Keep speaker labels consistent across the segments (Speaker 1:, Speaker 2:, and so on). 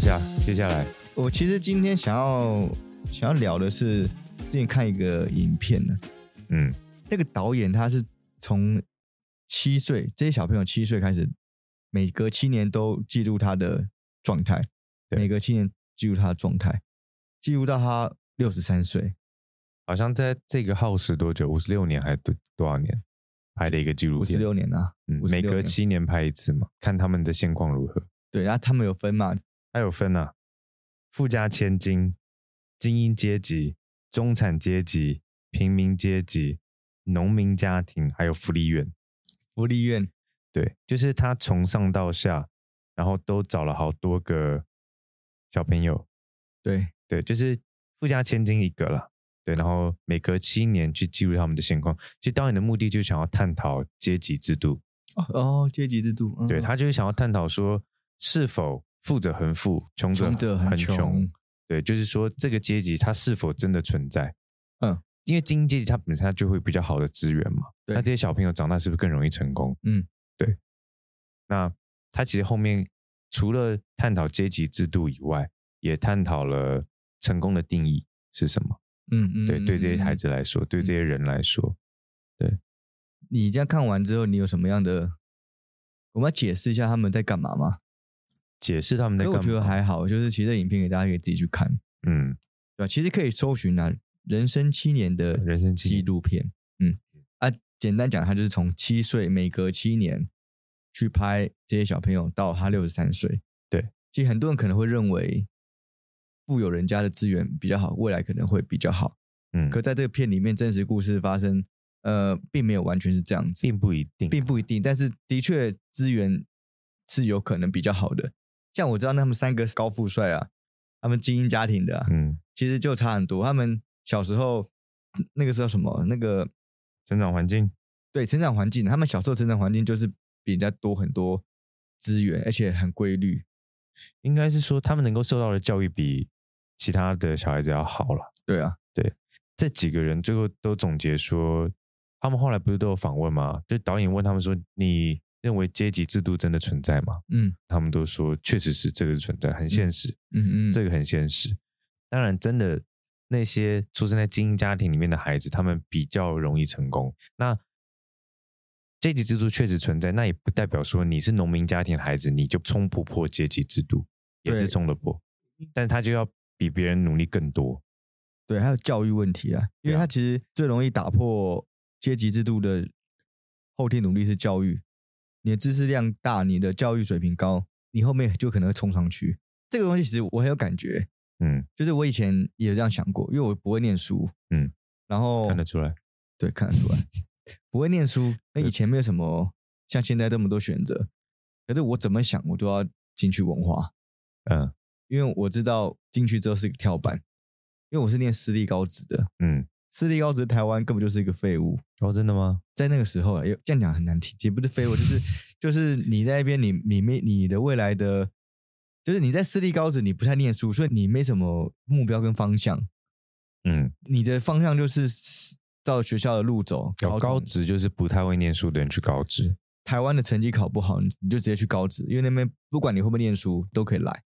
Speaker 1: 下接下来，
Speaker 2: 我其实今天想要想要聊的是，最近看一个影片呢，
Speaker 1: 嗯，
Speaker 2: 那个导演他是从七岁这些小朋友七岁开始，每隔七年都记录他的状态，
Speaker 1: 对
Speaker 2: 每隔七年记录他的状态，记录到他六十三岁，
Speaker 1: 好像在这个耗时多久？五十六年还多多少年拍的一个纪录
Speaker 2: 五十
Speaker 1: 片？
Speaker 2: 六年啊，
Speaker 1: 嗯，
Speaker 2: 56
Speaker 1: 每隔
Speaker 2: 年
Speaker 1: 七年拍一次嘛，看他们的现况如何。
Speaker 2: 对，然后他们有分嘛，
Speaker 1: 它有分啊，富家千金、精英阶级、中产阶级、平民阶级、农民家庭，还有福利院。
Speaker 2: 福利院
Speaker 1: 对，就是他从上到下，然后都找了好多个小朋友。
Speaker 2: 对，
Speaker 1: 对，就是富家千金一个啦。对，然后每隔七年去记录他们的现况。其实导演的目的就是想要探讨阶级制度，
Speaker 2: 哦哦，阶级制度，嗯
Speaker 1: 对他就是想要探讨说是否富者恒富，穷者
Speaker 2: 穷者
Speaker 1: 很
Speaker 2: 很穷，
Speaker 1: 对，就是说这个阶级它是否真的存在？
Speaker 2: 嗯，
Speaker 1: 因为精英阶级它本身它就会比较好的资源嘛，
Speaker 2: 对
Speaker 1: 那这些小朋友长大是不是更容易成功？
Speaker 2: 嗯，
Speaker 1: 对。那他其实后面除了探讨阶级制度以外，也探讨了成功的定义是什么。
Speaker 2: 嗯嗯，
Speaker 1: 对，对这些孩
Speaker 2: 子。
Speaker 1: 子来说，对这些人来说，
Speaker 2: 你这样看完之后，你有什么样的？我们要解释一下他们在干嘛吗？
Speaker 1: 解释他们在
Speaker 2: 所以
Speaker 1: 干
Speaker 2: 我
Speaker 1: 嘛？
Speaker 2: 觉得还好，就是其实这影片给大家可以自己去看，
Speaker 1: 嗯，
Speaker 2: 对吧？其实可以搜寻啊，人生七年的
Speaker 1: 人生经
Speaker 2: 纪
Speaker 1: 历，
Speaker 2: 录片，嗯啊，简单讲，他就是从七岁，每隔七年去拍这些小朋友到他六十三岁。
Speaker 1: 对，
Speaker 2: 其实很多人可能会认为富有人家的资源比较好，未来可能会比较好。
Speaker 1: 嗯，
Speaker 2: 可在这个片里面，真实故事发生，呃，并没有完全是这样子。
Speaker 1: 并不一定，啊
Speaker 2: 并不一定，但是的确资源是有可能比较好的。像我知道那他们三个高富帅啊，他们精英家庭的啊、
Speaker 1: 嗯，
Speaker 2: 其实就差很多。他们小时候那个时候什么那个
Speaker 1: 成长环境，
Speaker 2: 对成长环境，他们小时候成长环境就是比人家多很多资源，而且很规律。
Speaker 1: 应该是说他们能够受到的教育比其他的小孩子要好了。
Speaker 2: 对啊，
Speaker 1: 这几个人最后都总结说，他们后来不是都有访问吗？就导演问他们说：“你认为阶级制度真的存在吗
Speaker 2: 嗯？”
Speaker 1: 他们都说：“确实是，这个存在，很现实，
Speaker 2: 嗯嗯，
Speaker 1: 这个很现实。”当然，真的那些出生在精英家庭里面的孩子，他们比较容易成功。那阶级制度确实存在，那也不代表说你是农民家庭的孩子，你就冲不破阶级制度，也是
Speaker 2: 对
Speaker 1: 冲得破，但他就要比别人努力更多。
Speaker 2: 对，还有教育问题啊，因
Speaker 1: 对
Speaker 2: 为
Speaker 1: 啊
Speaker 2: 他其实最容易打破阶级制度的后天努力是教育。你的知识量大，你的教育水平高，你后面就可能会冲上去。这个东西其实我很有感觉，
Speaker 1: 嗯，
Speaker 2: 就是我以前也有这样想过，因为我不会念书，
Speaker 1: 嗯，
Speaker 2: 然后
Speaker 1: 看得出来。
Speaker 2: 对看得出来，不会念书，那以前没有什么像现在这么多选择，可是我怎么想我都要进去文化，
Speaker 1: 嗯
Speaker 2: 因为我知道进去之后是个跳板，因为我是念私立高职的，
Speaker 1: 嗯。
Speaker 2: 私立高职台湾根本就是一个废物，
Speaker 1: 哦，真的吗？
Speaker 2: 在那个时候啊，有这样讲很难听，也不是废物，就是就是你在那边你你没你的未来的，就是你在私立高职你不太念书，所以你没什么目标跟方向，
Speaker 1: 嗯，
Speaker 2: 你的方向就是照学校的路走，
Speaker 1: 有
Speaker 2: 高
Speaker 1: 高
Speaker 2: 中
Speaker 1: 职就是不太会念书的人去高职，
Speaker 2: 台湾的成绩考不好，你你就直接去高职，因为那边不管你会不会念书都可以来，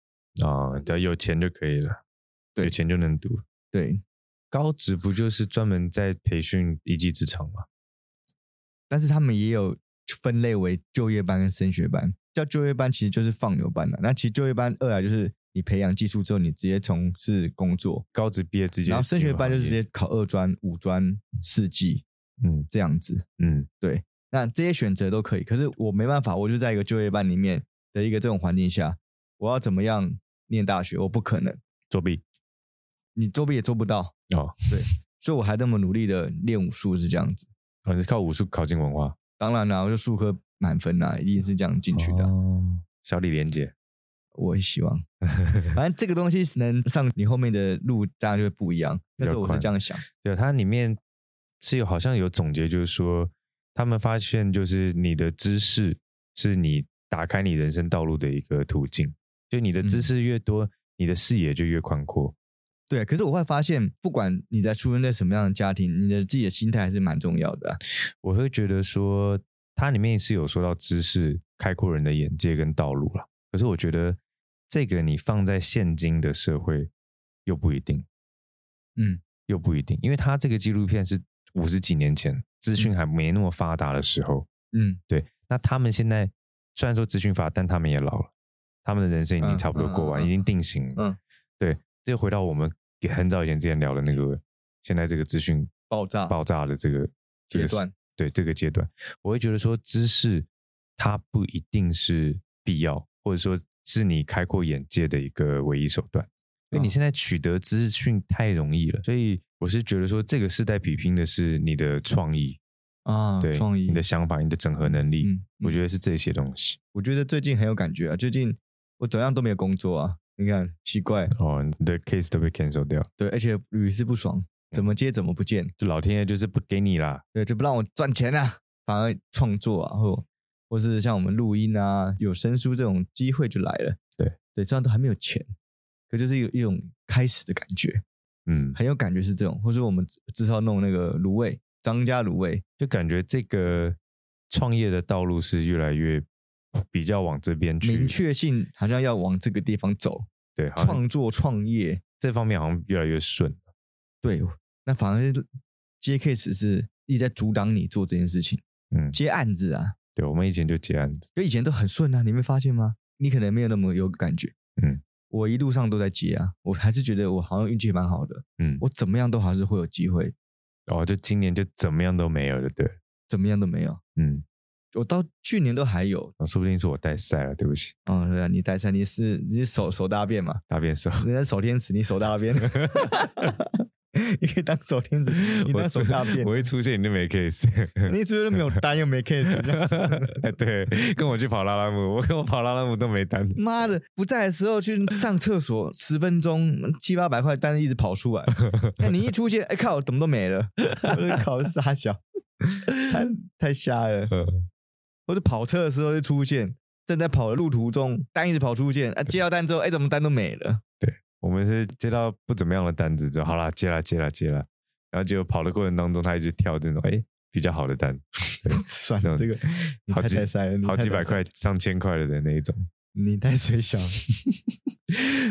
Speaker 1: 啊、只要有钱就可以了，
Speaker 2: 对
Speaker 1: 有钱就能读。
Speaker 2: 对，
Speaker 1: 高职不就是专门在培训一技之长吗？
Speaker 2: 但是他们也有分类为就业班跟升学班。叫就业班其实就是放牛班的、那其实就业班二来啊就是你培养技术之后，你直接从事工作。
Speaker 1: 高职毕业直接，
Speaker 2: 然后升学班就是直，接考二专、五专、四技
Speaker 1: 嗯
Speaker 2: 这样子。
Speaker 1: 嗯
Speaker 2: 那这些选择都可以，可是我没办法，我就在一个就业班里面的一个这种环境下，我要怎么样念大学？我不可能，
Speaker 1: 作弊
Speaker 2: 你作弊也做不到，
Speaker 1: 哦，
Speaker 2: 所以我还那么努力的练武术是这样子。
Speaker 1: 哦，你是靠武术考进文化
Speaker 2: 当然啦，我就术科满分啦，一定是这样进去的啊。
Speaker 1: 哦、小李连杰，
Speaker 2: 我也希 望，反正这个东西是能上你后面的路，当然就会不一样。
Speaker 1: 比
Speaker 2: 那
Speaker 1: 较
Speaker 2: 时候我是
Speaker 1: 宽
Speaker 2: 这样想，
Speaker 1: 对，它里面是有好像有总结，就是说他们发现，就是你的知识是你打开你人生道路的一个途径，就你的知
Speaker 2: 嗯
Speaker 1: 识越多，你的视野就越宽阔。
Speaker 2: 对。可是我会发现，不管你在出生在什么样的家庭，你的自己的心态还是蛮重要的啊、
Speaker 1: 我会觉得说，它里面是有说到知识开阔人的眼界跟道路啦。可是我觉得这个你放在现今的社会又不一定，
Speaker 2: 嗯，
Speaker 1: 又不一定，因为他这个纪录片是五十几年前资讯还没那么发达的时候，
Speaker 2: 嗯，
Speaker 1: 对，那他们现在虽然说资讯法，但他们也老了，他们的人生已经
Speaker 2: 嗯
Speaker 1: 差不多过完，
Speaker 2: 嗯嗯嗯
Speaker 1: 已经定型了。
Speaker 2: 嗯，
Speaker 1: 对，这回到我们也很早以前之前聊的那个，现在这个资讯
Speaker 2: 爆炸
Speaker 1: 爆炸的这个这
Speaker 2: 啊阶
Speaker 1: 个时
Speaker 2: 段，
Speaker 1: 对这个阶段，我会觉得说知识它不一定是必要，或者说是你开阔眼界的一个唯一手段。因为你
Speaker 2: 嗯
Speaker 1: 现在取得资讯太容易了，所以我是觉得说，这个时代比拼的是你的创意，
Speaker 2: 啊，
Speaker 1: 对
Speaker 2: 创意
Speaker 1: 你的想法、你的整合能力，
Speaker 2: 嗯，
Speaker 1: 我觉
Speaker 2: 得
Speaker 1: 得是这些东西。
Speaker 2: 我觉得最近很有感觉啊，最近我怎样都没有工作啊，你看奇怪，
Speaker 1: 哦，你的 case 都被 cancel 掉，
Speaker 2: 对，而且屡试不爽，怎
Speaker 1: 嗯
Speaker 2: 么接怎么不见，
Speaker 1: 就老天爷就是不给你啦。
Speaker 2: 对，就不让我赚钱啊，反而创作啊，或或是像我们录音啊，有声书这种机会就来了，
Speaker 1: 对
Speaker 2: 对，虽然都还没有钱，可就是有一种开始的感觉，
Speaker 1: 嗯，
Speaker 2: 很有感觉是这种，或是我们至少弄那个卤味，张家卤味，
Speaker 1: 就感觉这个创业的道路是越来越比较往这边去，
Speaker 2: 明确性好像要往这个地方走，
Speaker 1: 对，好像
Speaker 2: 创作创业，
Speaker 1: 这方面好像越来越顺。
Speaker 2: 对，那反而是接 case 是一直在阻挡你做这件事情，
Speaker 1: 嗯，
Speaker 2: 接案子啊，
Speaker 1: 对，我们以前就结案子，
Speaker 2: 就以前都很顺啊，你没发现吗？你可能没有那么有感觉，
Speaker 1: 嗯，
Speaker 2: 我一路上都在接啊，我还是觉得我好像运气蛮好的，
Speaker 1: 嗯，
Speaker 2: 我怎么样都还是会有机会，
Speaker 1: 哦，就今年就怎么样都没有了，对，
Speaker 2: 怎么样都没有，
Speaker 1: 嗯，
Speaker 2: 我到去年都还有，
Speaker 1: 哦说不定是我带赛了，对不起，
Speaker 2: 嗯，对啊，你带赛你是你是手手大便嘛，
Speaker 1: 大变手，
Speaker 2: 人家手天使，你手大 便。 你可以当手天使， 你
Speaker 1: 我
Speaker 2: 当手
Speaker 1: 出
Speaker 2: 大便
Speaker 1: 我，一出现你就没 case，
Speaker 2: 你是不是没有单又没 case？这样
Speaker 1: 对，跟我去跑拉拉姆，我跟我跑拉拉姆都没单，
Speaker 2: 妈的，不在的时候去上厕 所十分钟，七八百块单一直跑出来。那你一出现，哎靠，怎么都没了？ 我就靠傻小，太太瞎了。或者跑车的时候就出现，正在跑的路途中，单一直跑出现，啊，接到单之后，哎，怎么单都没了？
Speaker 1: 我们是接到不怎么样的单子之后，好啦，接啦，接啦，接啦，然后结果跑的过程当中，他一直跳这种哎比较好的单，
Speaker 2: 算
Speaker 1: 那
Speaker 2: 了，这个你
Speaker 1: 嗯好
Speaker 2: 太
Speaker 1: 几
Speaker 2: 太塞了，你
Speaker 1: 好
Speaker 2: 太
Speaker 1: 几百
Speaker 2: 太塞
Speaker 1: 块、上千块的那一种。
Speaker 2: 你太水小了。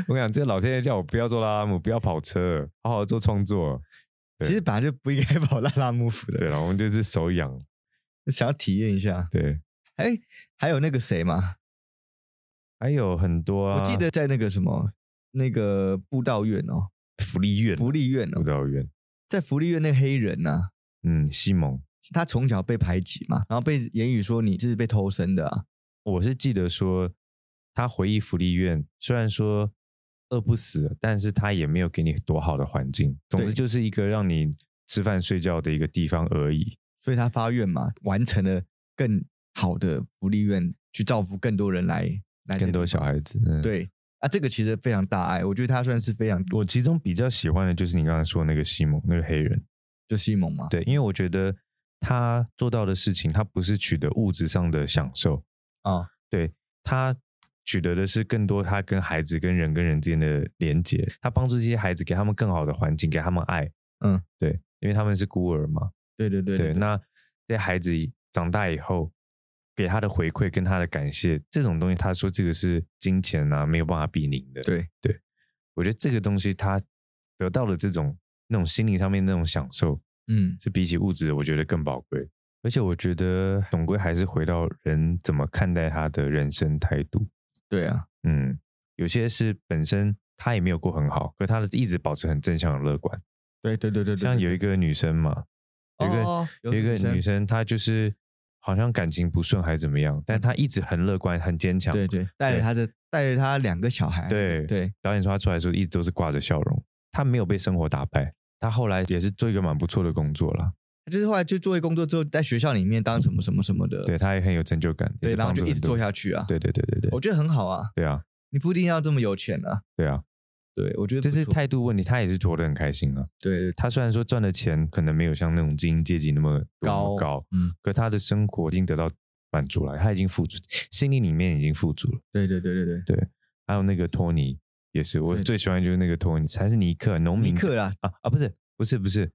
Speaker 1: 我跟你讲，这老天爷叫我不要做拉拉姆，不要跑车，好好做创作。对
Speaker 2: 其实本来就不应该跑拉拉木夫
Speaker 1: 对
Speaker 2: 的，
Speaker 1: 了，我们就是手痒。
Speaker 2: 想要体验一下。
Speaker 1: 对，
Speaker 2: 哎，还有那个谁嘛，
Speaker 1: 还有很多啊，
Speaker 2: 我记得在那个什么那个布道院哦，
Speaker 1: 福利院、
Speaker 2: 福利院哦
Speaker 1: 辅，导院，
Speaker 2: 在福利院那个黑人呐、
Speaker 1: 嗯，西蒙，
Speaker 2: 他从小被排挤嘛，然后被言语说你是被偷生的啊，
Speaker 1: 我是记得说，他回忆福利院，虽然说饿不死，但是他也没有给你多好的环境，总之
Speaker 2: 对
Speaker 1: 就是一个让你吃饭睡觉的一个地方而已。
Speaker 2: 所以他发愿嘛，完成了更好的福利院，去造福更多人来来这
Speaker 1: 更多
Speaker 2: 地
Speaker 1: 小
Speaker 2: 方
Speaker 1: 孩子，嗯，
Speaker 2: 对啊，这个其实非常大爱，我觉得他算是非常
Speaker 1: 我其中比较喜欢的就是你刚才说的那个西蒙，那个黑人，
Speaker 2: 就西蒙嘛，
Speaker 1: 对，因为我觉得他做到的事情，他不是取得物质上的享受，
Speaker 2: 啊，
Speaker 1: 对他取得的是更多他跟孩子、跟人跟人之间的连接，他帮助这些孩子，给他们更好的环境，给他们爱。
Speaker 2: 嗯，
Speaker 1: 对，因为他们是孤儿嘛。
Speaker 2: 对对对
Speaker 1: 对，那这些孩子长大以后，给他的回馈跟他的感谢，这种东西，他说这个是金钱啊，没有办法比拟的。，
Speaker 2: 对
Speaker 1: 我觉得这个东西他得到了这种那种心灵上面那种享受，
Speaker 2: 嗯，
Speaker 1: 是比起物质，我觉得更宝贵。而且我觉得总归还是回到人怎么看待他的人生态度。
Speaker 2: 对啊，
Speaker 1: 嗯，有些是本身他也没有过很好，可他的一直保持很正向、很乐观。
Speaker 2: 对对对对对，
Speaker 1: 像有
Speaker 2: 对
Speaker 1: 一个女生嘛，有一个、
Speaker 2: 哦有
Speaker 1: 有一个
Speaker 2: 女生
Speaker 1: 女生，她就是好像感情不顺还是怎么样，但她一直很乐观、很坚强。
Speaker 2: 对对，带着
Speaker 1: 对
Speaker 2: 他的带着他两个小孩，
Speaker 1: 对
Speaker 2: 对，
Speaker 1: 导演说她出来的时候一直都是挂着笑容，她没有被生活打败。她后来也是做一个蛮不错的工作啦，
Speaker 2: 他就是后来就作为工作之后，在学校里面当什么什么什么的，
Speaker 1: 对她也很有成就感。也
Speaker 2: 对，
Speaker 1: 是
Speaker 2: 然后
Speaker 1: 帮助
Speaker 2: 就一
Speaker 1: 很
Speaker 2: 直
Speaker 1: 多
Speaker 2: 做下去啊，
Speaker 1: 对对对对对
Speaker 2: 我，觉得很好啊，
Speaker 1: 对啊
Speaker 2: 你不一定要这么有钱啊，
Speaker 1: 对啊，
Speaker 2: 对我觉得
Speaker 1: 这
Speaker 2: 不
Speaker 1: 是
Speaker 2: 错
Speaker 1: 态度问题。她也是活得很开心啊。
Speaker 2: 对对
Speaker 1: 她虽然说赚的钱可能没有像那种精英阶级那么多那么
Speaker 2: 高
Speaker 1: 高，
Speaker 2: 嗯，
Speaker 1: 可他的生活已经得到满足了，他已经富足，心灵里面已经富足了。
Speaker 2: 对对对对对，
Speaker 1: 还有那个托尼也是，我
Speaker 2: 对
Speaker 1: 最喜欢就是那个托尼，还是尼克农
Speaker 2: 尼
Speaker 1: 民
Speaker 2: 克啦，
Speaker 1: 啊啊，不是不是不是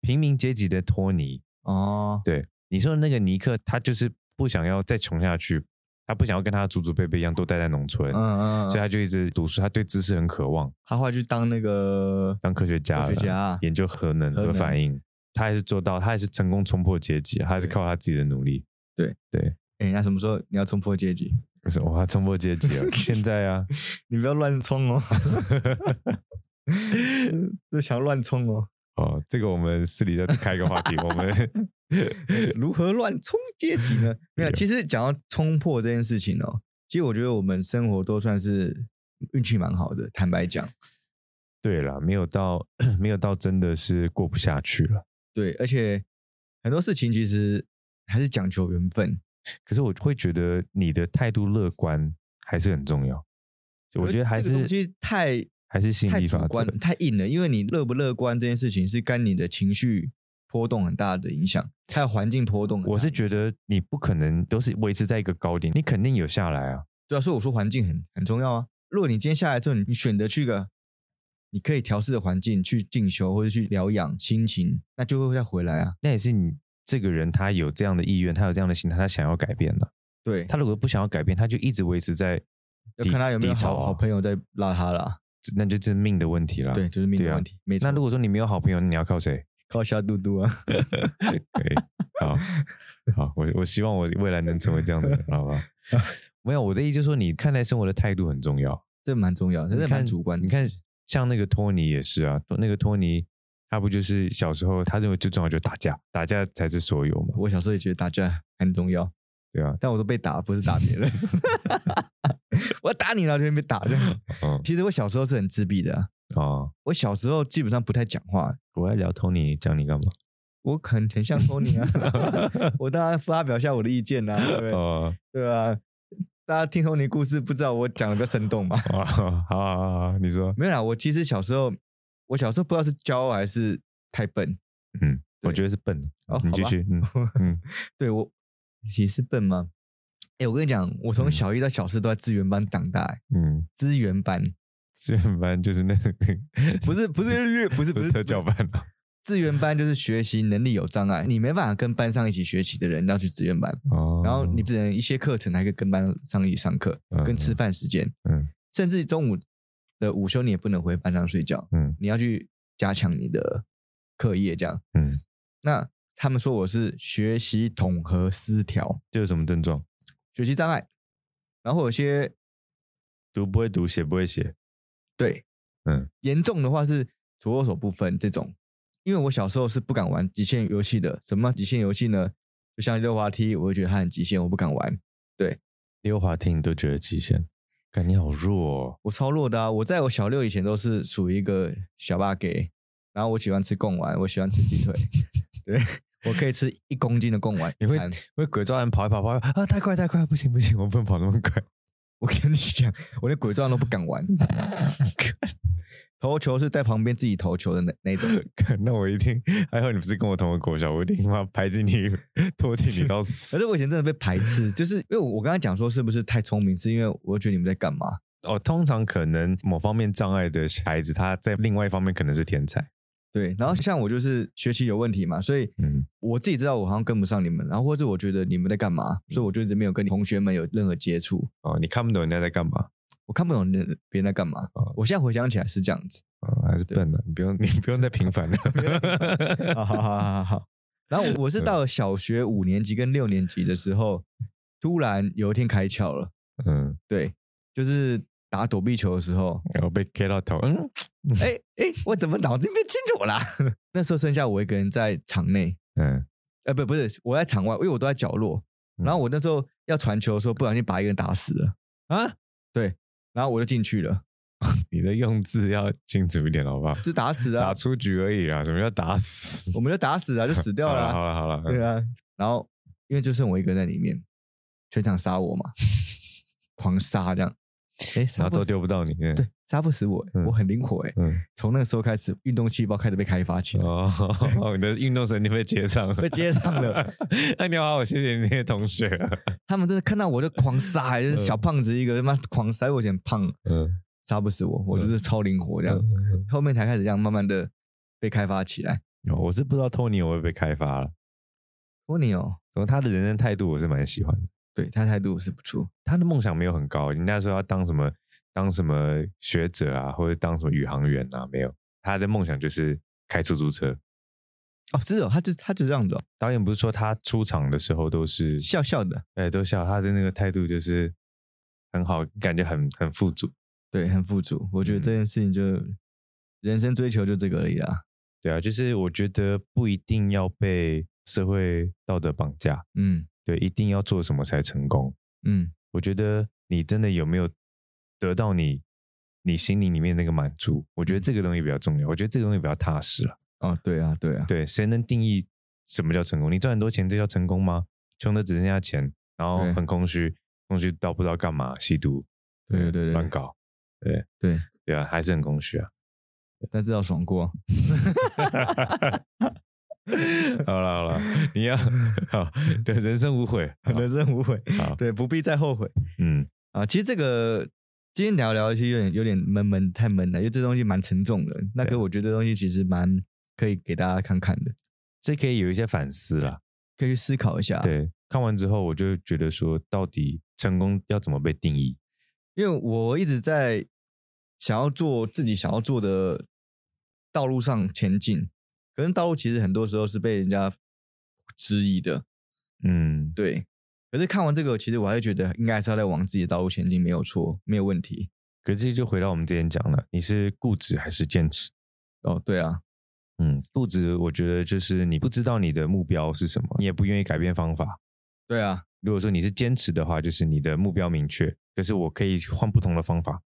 Speaker 1: 平民阶级的托尼。
Speaker 2: 哦，
Speaker 1: 对你说的那个尼克，他就是不想要再穷下去，他不想要跟他的祖祖辈辈一样都待在农村，
Speaker 2: 嗯嗯，
Speaker 1: 所以
Speaker 2: 嗯
Speaker 1: 他就一直读书，他对知识很渴望，
Speaker 2: 他后来去当那个
Speaker 1: 当科学家
Speaker 2: 科学
Speaker 1: 了
Speaker 2: 家啊
Speaker 1: 研究核能
Speaker 2: 核
Speaker 1: 和
Speaker 2: 能
Speaker 1: 反应，他还是做到，他还是成功冲破阶级，他还是
Speaker 2: 对
Speaker 1: 靠他自己的努力。
Speaker 2: 对
Speaker 1: 对，
Speaker 2: 哎，那什么时候你要冲破阶级？
Speaker 1: 可是哇，冲破阶级了，现在啊，
Speaker 2: 你不要乱冲哦， 就想要乱冲哦，
Speaker 1: 哦，这个我们私底下再开一个话题，我 们
Speaker 2: 如何乱冲阶级 呢？没有，
Speaker 1: 有
Speaker 2: 其实讲到冲破这件事情哦，其实我觉得我们生活都算是运气蛮好的，坦白讲，
Speaker 1: 对了，没有到没有到真的是过不下去了。
Speaker 2: 对，而且很多事情其实还是讲求缘分，
Speaker 1: 可是我会觉得你的态度乐观还是很重要，我觉得还
Speaker 2: 这个东
Speaker 1: 是
Speaker 2: 西太
Speaker 1: 还是心
Speaker 2: 太
Speaker 1: 理
Speaker 2: 主
Speaker 1: 法则
Speaker 2: 观。太硬了，因为你乐不乐观这件事情是跟你的情绪波动很大的影响，还有环境波动很大的
Speaker 1: 我
Speaker 2: 影响。
Speaker 1: 是觉得你不可能都是维持在一个高点，你肯定有下来啊。
Speaker 2: 对啊，所以我说环境很很重要啊。如果你今天下来之后，你你选择去个你可以调试的环境去进修或者去疗养心情，那就会再回来啊。
Speaker 1: 那也是你这个人他有这样的意愿，他有这样的心态，他想要改变的。
Speaker 2: 对，
Speaker 1: 他如果不想要改变，他就一直维持在
Speaker 2: 要
Speaker 1: 低
Speaker 2: 看他有没有
Speaker 1: 低潮
Speaker 2: 好
Speaker 1: 啊
Speaker 2: 好朋友在拉他啦。
Speaker 1: 那就是命的问题了。
Speaker 2: 对，，就是命
Speaker 1: 对
Speaker 2: 的
Speaker 1: 啊
Speaker 2: 问题。没错，
Speaker 1: 那如果说你没有好朋友，那你要靠 谁？
Speaker 2: 靠小嘟嘟啊，
Speaker 1: 可以，好，好，我我希望我未来能成为这样的人，好不 好？没有，我的意思就是说，你看待生活的态度很重要。
Speaker 2: 这蛮重要，真
Speaker 1: 你
Speaker 2: 的
Speaker 1: 看
Speaker 2: 蛮主观的
Speaker 1: 你看，像那个托尼也是啊，那个托尼他不就是小时候他认为最重要就是打架，打架才是所有嘛，
Speaker 2: 我小时候也觉得打架很重要，
Speaker 1: 对啊，
Speaker 2: 但我都被打，不是打别人。 我要打你，然后就被打。这样
Speaker 1: 嗯
Speaker 2: 其实我小时候是很自闭的啊、
Speaker 1: 哦，
Speaker 2: 我小时候基本上不太讲话，
Speaker 1: 我要聊托尼，讲你干嘛？
Speaker 2: 我很很像托尼啊， 我当然发表一下我的意见啦、啊对不对？
Speaker 1: 哦，
Speaker 2: 对啊，大家听托尼故事，不知道我讲的比较生动吧？
Speaker 1: 哦 好好好，好你说，
Speaker 2: 没有啦，我其实小时候，我小时候不知道是骄傲还是太笨，
Speaker 1: 嗯，
Speaker 2: 对
Speaker 1: 我觉得是笨，
Speaker 2: 哦
Speaker 1: 你继续，嗯嗯，
Speaker 2: 对我其实是笨吗？哎、我跟你讲，我从
Speaker 1: 嗯
Speaker 2: 小一到小四都在资源班长大、欸，
Speaker 1: 嗯，
Speaker 2: 资源班
Speaker 1: 资源班就是那
Speaker 2: 不是不是不是不是
Speaker 1: 特教班啊，
Speaker 2: 资源班就是学习能力有障碍，你没办法跟班上一起学习的人要去资源班，
Speaker 1: 嗯哦，
Speaker 2: 然后你只能一些课程还可以跟班上一起上课，
Speaker 1: 嗯
Speaker 2: 跟吃饭时间，
Speaker 1: 嗯
Speaker 2: 甚至中午的午休你也不能回班上睡觉，
Speaker 1: 嗯
Speaker 2: 你要去加强你的课业这样。
Speaker 1: 嗯，
Speaker 2: 那他们说我是学习统合失调、
Speaker 1: 这有什么症状？
Speaker 2: 学习障碍，然后有些
Speaker 1: 读不会读，写不会写，
Speaker 2: 对，
Speaker 1: 嗯，
Speaker 2: 严重的话是左右手不分这种。因为我小时候是不敢玩极限游戏的，什么极限游戏呢？就像溜滑梯，我会觉得它很极限，我不敢玩。
Speaker 1: 溜滑梯你都觉得极限，感觉好弱哦。
Speaker 2: 我超弱的啊！我在我小六以前都是属于一个小霸给，然后我喜欢吃贡丸，我喜欢吃鸡腿， 对我可以吃一公斤的贡丸。
Speaker 1: 你会因为鬼抓人跑一跑跑一跑啊，太快太快，不行不行，我不能跑那么快。
Speaker 2: 我跟你讲，我连鬼抓人都不 敢玩。投球是在旁边自己投球的那那种，
Speaker 1: 看那我一定，还好你不是跟我同个国小，我一定他妈排挤你，唾弃你到
Speaker 2: 可
Speaker 1: 死
Speaker 2: 是。我以前真的被排斥，就是因为我我刚才讲说是不是太聪明，是因为我觉得你们在干嘛？
Speaker 1: 哦，通常可能某方面障碍的孩子，他在另外一方面可能是天才。
Speaker 2: 对，然后像我就是学习有问题嘛，所以
Speaker 1: 嗯
Speaker 2: 我自己知道我好像跟不上你们，然后或者我觉得你们在干嘛，所以我就一直没有跟同学们有任何接触。
Speaker 1: 哦，你看不懂人家在干嘛
Speaker 2: 我看不懂人别人在干嘛
Speaker 1: 哦。
Speaker 2: 我现在回想起来是这样子，
Speaker 1: 哦，还是笨了、你不用你不用再平 凡了。
Speaker 2: 好好好好好。然后我我是到了小学五年级跟六年级的时候，突然有一天开窍了。
Speaker 1: 嗯，
Speaker 2: 对，就是打躲避球的时候，
Speaker 1: 然后被 K 到头，嗯
Speaker 2: 哎哎，我怎么脑筋变清楚 啦？那时候剩下我一个人在场内，
Speaker 1: 嗯，
Speaker 2: 呃，不不是我在场外，因为我都在角落。
Speaker 1: 嗯
Speaker 2: 然后我那时候要传球的时候，不小心把一个人打死了，
Speaker 1: 啊，
Speaker 2: 然后我就进去了，
Speaker 1: 你的用字要清楚一点，好不好？
Speaker 2: 是打死的啊、
Speaker 1: 打出局而已啊，什么叫打死？
Speaker 2: 我们就打死啊，就死掉
Speaker 1: 好
Speaker 2: 了
Speaker 1: 了
Speaker 2: 啊、
Speaker 1: 好了好了，
Speaker 2: 对啊，然后因为就剩我一个人在里面，全场杀我嘛，狂杀这样，哎，
Speaker 1: 然
Speaker 2: 杀
Speaker 1: 后
Speaker 2: 不
Speaker 1: 都
Speaker 2: 死，
Speaker 1: 丢不到你。对
Speaker 2: 对，杀不死我，
Speaker 1: 嗯
Speaker 2: 我很灵活哎，
Speaker 1: 嗯，
Speaker 2: 从那个时候开始，运动细胞开始被开发起来，
Speaker 1: 哦， 你的运动神经被接上了，
Speaker 2: 被接上了。
Speaker 1: 那你好，我谢谢你那些同学。啊
Speaker 2: 他们真的看到我就狂杀，哎就是小胖子一个，他妈狂杀，因为我以前胖，
Speaker 1: 嗯，这
Speaker 2: 杀不死我，我就是超灵活这样，后面才开始这样慢慢的被开发起来。
Speaker 1: 哦我是不知道托尼有没有被开发了，
Speaker 2: 托尼哦，
Speaker 1: 从他的人生态度我是蛮喜欢的。
Speaker 2: 对他态度是不错，
Speaker 1: 他的梦想没有很高，人家说要当什么当什么学者啊，或者当什么宇航员啊，没有，他的梦想就是开出租车。
Speaker 2: 哦，是哦，他就他就这样子、哦，
Speaker 1: 导演不是说他出场的时候都是
Speaker 2: 笑笑的，
Speaker 1: 哎，都笑，他的那个态度就是很好，感觉很很富足。
Speaker 2: 对，很富足。我觉得
Speaker 1: 嗯
Speaker 2: 这件事情就、人生追求就这个而已啦。
Speaker 1: 对啊，就是我觉得不一定要被社会道德绑架，
Speaker 2: 嗯
Speaker 1: 对，一定要做什么才成功。
Speaker 2: 嗯，
Speaker 1: 我觉得你真的有没有得到你你心灵里面那个满足，我觉得这个东西比较重要，我觉得这个东西比较踏实了。
Speaker 2: 哦，对啊对啊，
Speaker 1: 对，谁能定义什么叫成功？你赚很多钱，这叫成功吗？穷的只剩下钱，然后
Speaker 2: 对
Speaker 1: 很空虚，空虚到不知道干嘛，吸毒，
Speaker 2: 对对对
Speaker 1: 乱
Speaker 2: 对
Speaker 1: 搞，对
Speaker 2: 对，
Speaker 1: 对啊，还是很空虚啊。
Speaker 2: 但至少爽过。
Speaker 1: 好了 好了，你要好，对，人生无悔。 好
Speaker 2: 人生无悔，
Speaker 1: 好，
Speaker 2: 对，不必再后悔
Speaker 1: 嗯，
Speaker 2: 啊。其实这个今天聊聊，其实有点有点闷闷，太闷了，因为这东西蛮沉重的。那
Speaker 1: 对啊
Speaker 2: 可我觉得这东西其实蛮可以给大家看看的，
Speaker 1: 这可以有一些反思啦。
Speaker 2: 可以去思考一下。，
Speaker 1: 对，看完之后我就觉得说，到底成功要怎么被定义？
Speaker 2: 因为我一直在想要做自己想要做的道路上前进，可是道路其实很多时候是被人家质疑的，
Speaker 1: 嗯，
Speaker 2: 对。可是看完这个，其实我还是觉得应该还是要再往自己的道路前进，没有错，没有问题。
Speaker 1: 可是这就回到我们之前讲了，你是固执还是坚持？
Speaker 2: 哦，对啊，
Speaker 1: 嗯，固执，我觉得就是你不知道你的目标是什么，你也不愿意改变方法。
Speaker 2: 对啊，
Speaker 1: 如果说你是坚持的话，就是你的目标明确，可是我可以换不同的方法，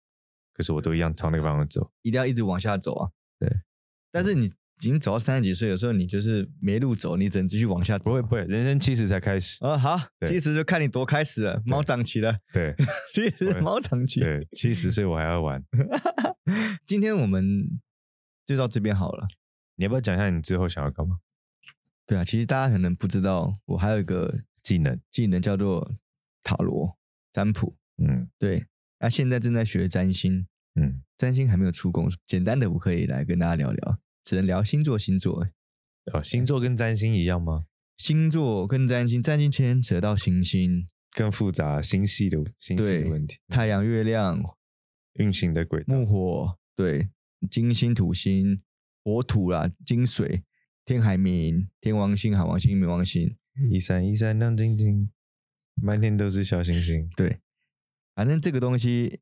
Speaker 1: 可是我都一样朝那个方向走。
Speaker 2: 一定要一直往下走啊。
Speaker 1: 对，
Speaker 2: 但是你已经走到三十几岁，有时候你就是没路走，你只能继续往下走。
Speaker 1: 不会不会，人生七十才开始。
Speaker 2: 啊、好，
Speaker 1: 对
Speaker 2: 其实就看你多开始了，猫长齐了，
Speaker 1: 对
Speaker 2: 其
Speaker 1: 不
Speaker 2: 实
Speaker 1: 会
Speaker 2: 猫长齐。
Speaker 1: 对，七十岁我还要玩。
Speaker 2: 今天我们就到这边好了。
Speaker 1: 你要不要讲一下你之后想要干嘛？
Speaker 2: 对啊，其实大家可能不知道，我还有一个
Speaker 1: 技能？
Speaker 2: 技能叫做塔罗占卜。
Speaker 1: 嗯
Speaker 2: 对，那、现在正在学占星，
Speaker 1: 嗯，
Speaker 2: 占星还没有出宫，简单的我可以来跟大家聊聊，只能聊星座星座。
Speaker 1: 哦，星座跟占星一样吗？
Speaker 2: 星座跟占星，占星牵扯到行星、
Speaker 1: 更复杂星系的星系的
Speaker 2: 对
Speaker 1: 问题，
Speaker 2: 太阳、月亮、
Speaker 1: 运行的轨道。
Speaker 2: 木火，对，金星、土星、火土啦，金水、天海冥、天王星、海王星、冥王星，
Speaker 1: 一闪一闪亮晶晶，满天都是小星星。
Speaker 2: 对，反正这个东西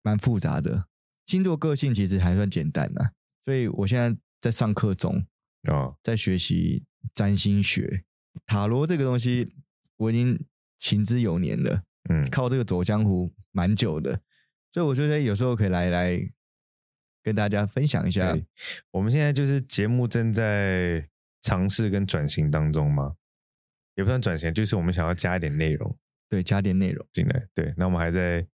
Speaker 2: 蛮复杂的。星座个性其实还算简单啦，所以我现在在上课中，
Speaker 1: 哦，
Speaker 2: 在学习占星学、塔罗这个东西，我已经行之有年了，
Speaker 1: 嗯，
Speaker 2: 靠这个走江湖蛮久的，所以我觉得有时候可以来来跟大家分享一下。
Speaker 1: 对，我们现在就是节目正在尝试跟转型当中嘛，也不算转型，就是我们想要加一点内容
Speaker 2: 对，加点内容。
Speaker 1: 进来。对，那我们还在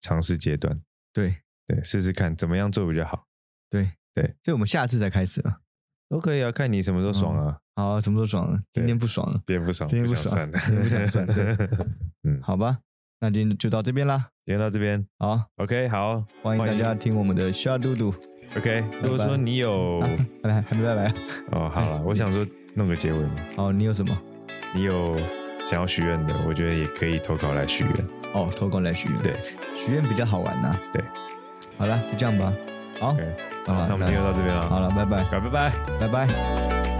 Speaker 1: 尝试阶段，
Speaker 2: 对
Speaker 1: 对，试试看怎么样做比较好，
Speaker 2: 对
Speaker 1: 对，
Speaker 2: 所以我们下次再开始了。
Speaker 1: 都可以啊，看你什么时候爽啊，
Speaker 2: 好啊，什么时候爽了？今
Speaker 1: 对
Speaker 2: 天不爽了，
Speaker 1: 今天不爽，
Speaker 2: 今天不
Speaker 1: 想
Speaker 2: 爽
Speaker 1: 算了，
Speaker 2: 今天不 想算对
Speaker 1: 嗯，
Speaker 2: 好吧，那今天就到这边啦。
Speaker 1: 今天到这边
Speaker 2: 好，
Speaker 1: ，OK，好，
Speaker 2: 欢迎大家听我们的夏嘟嘟。
Speaker 1: OK。如果说你有
Speaker 2: 啊，拜拜，还没拜拜。
Speaker 1: 哦，好了，我想说弄个结尾嘛。
Speaker 2: 哦，你有什么？
Speaker 1: 你有想要许愿的，我觉得也可以投稿来许愿。
Speaker 2: 哦，投稿来许愿。
Speaker 1: 对，
Speaker 2: 许愿比较好玩呐。
Speaker 1: 对，
Speaker 2: 好了，就这样吧。好，
Speaker 1: OK，
Speaker 2: 好
Speaker 1: 好，
Speaker 2: 了，
Speaker 1: 那我们今天就到这边了。
Speaker 2: 好，了，拜拜，
Speaker 1: 好，拜拜。
Speaker 2: 拜拜。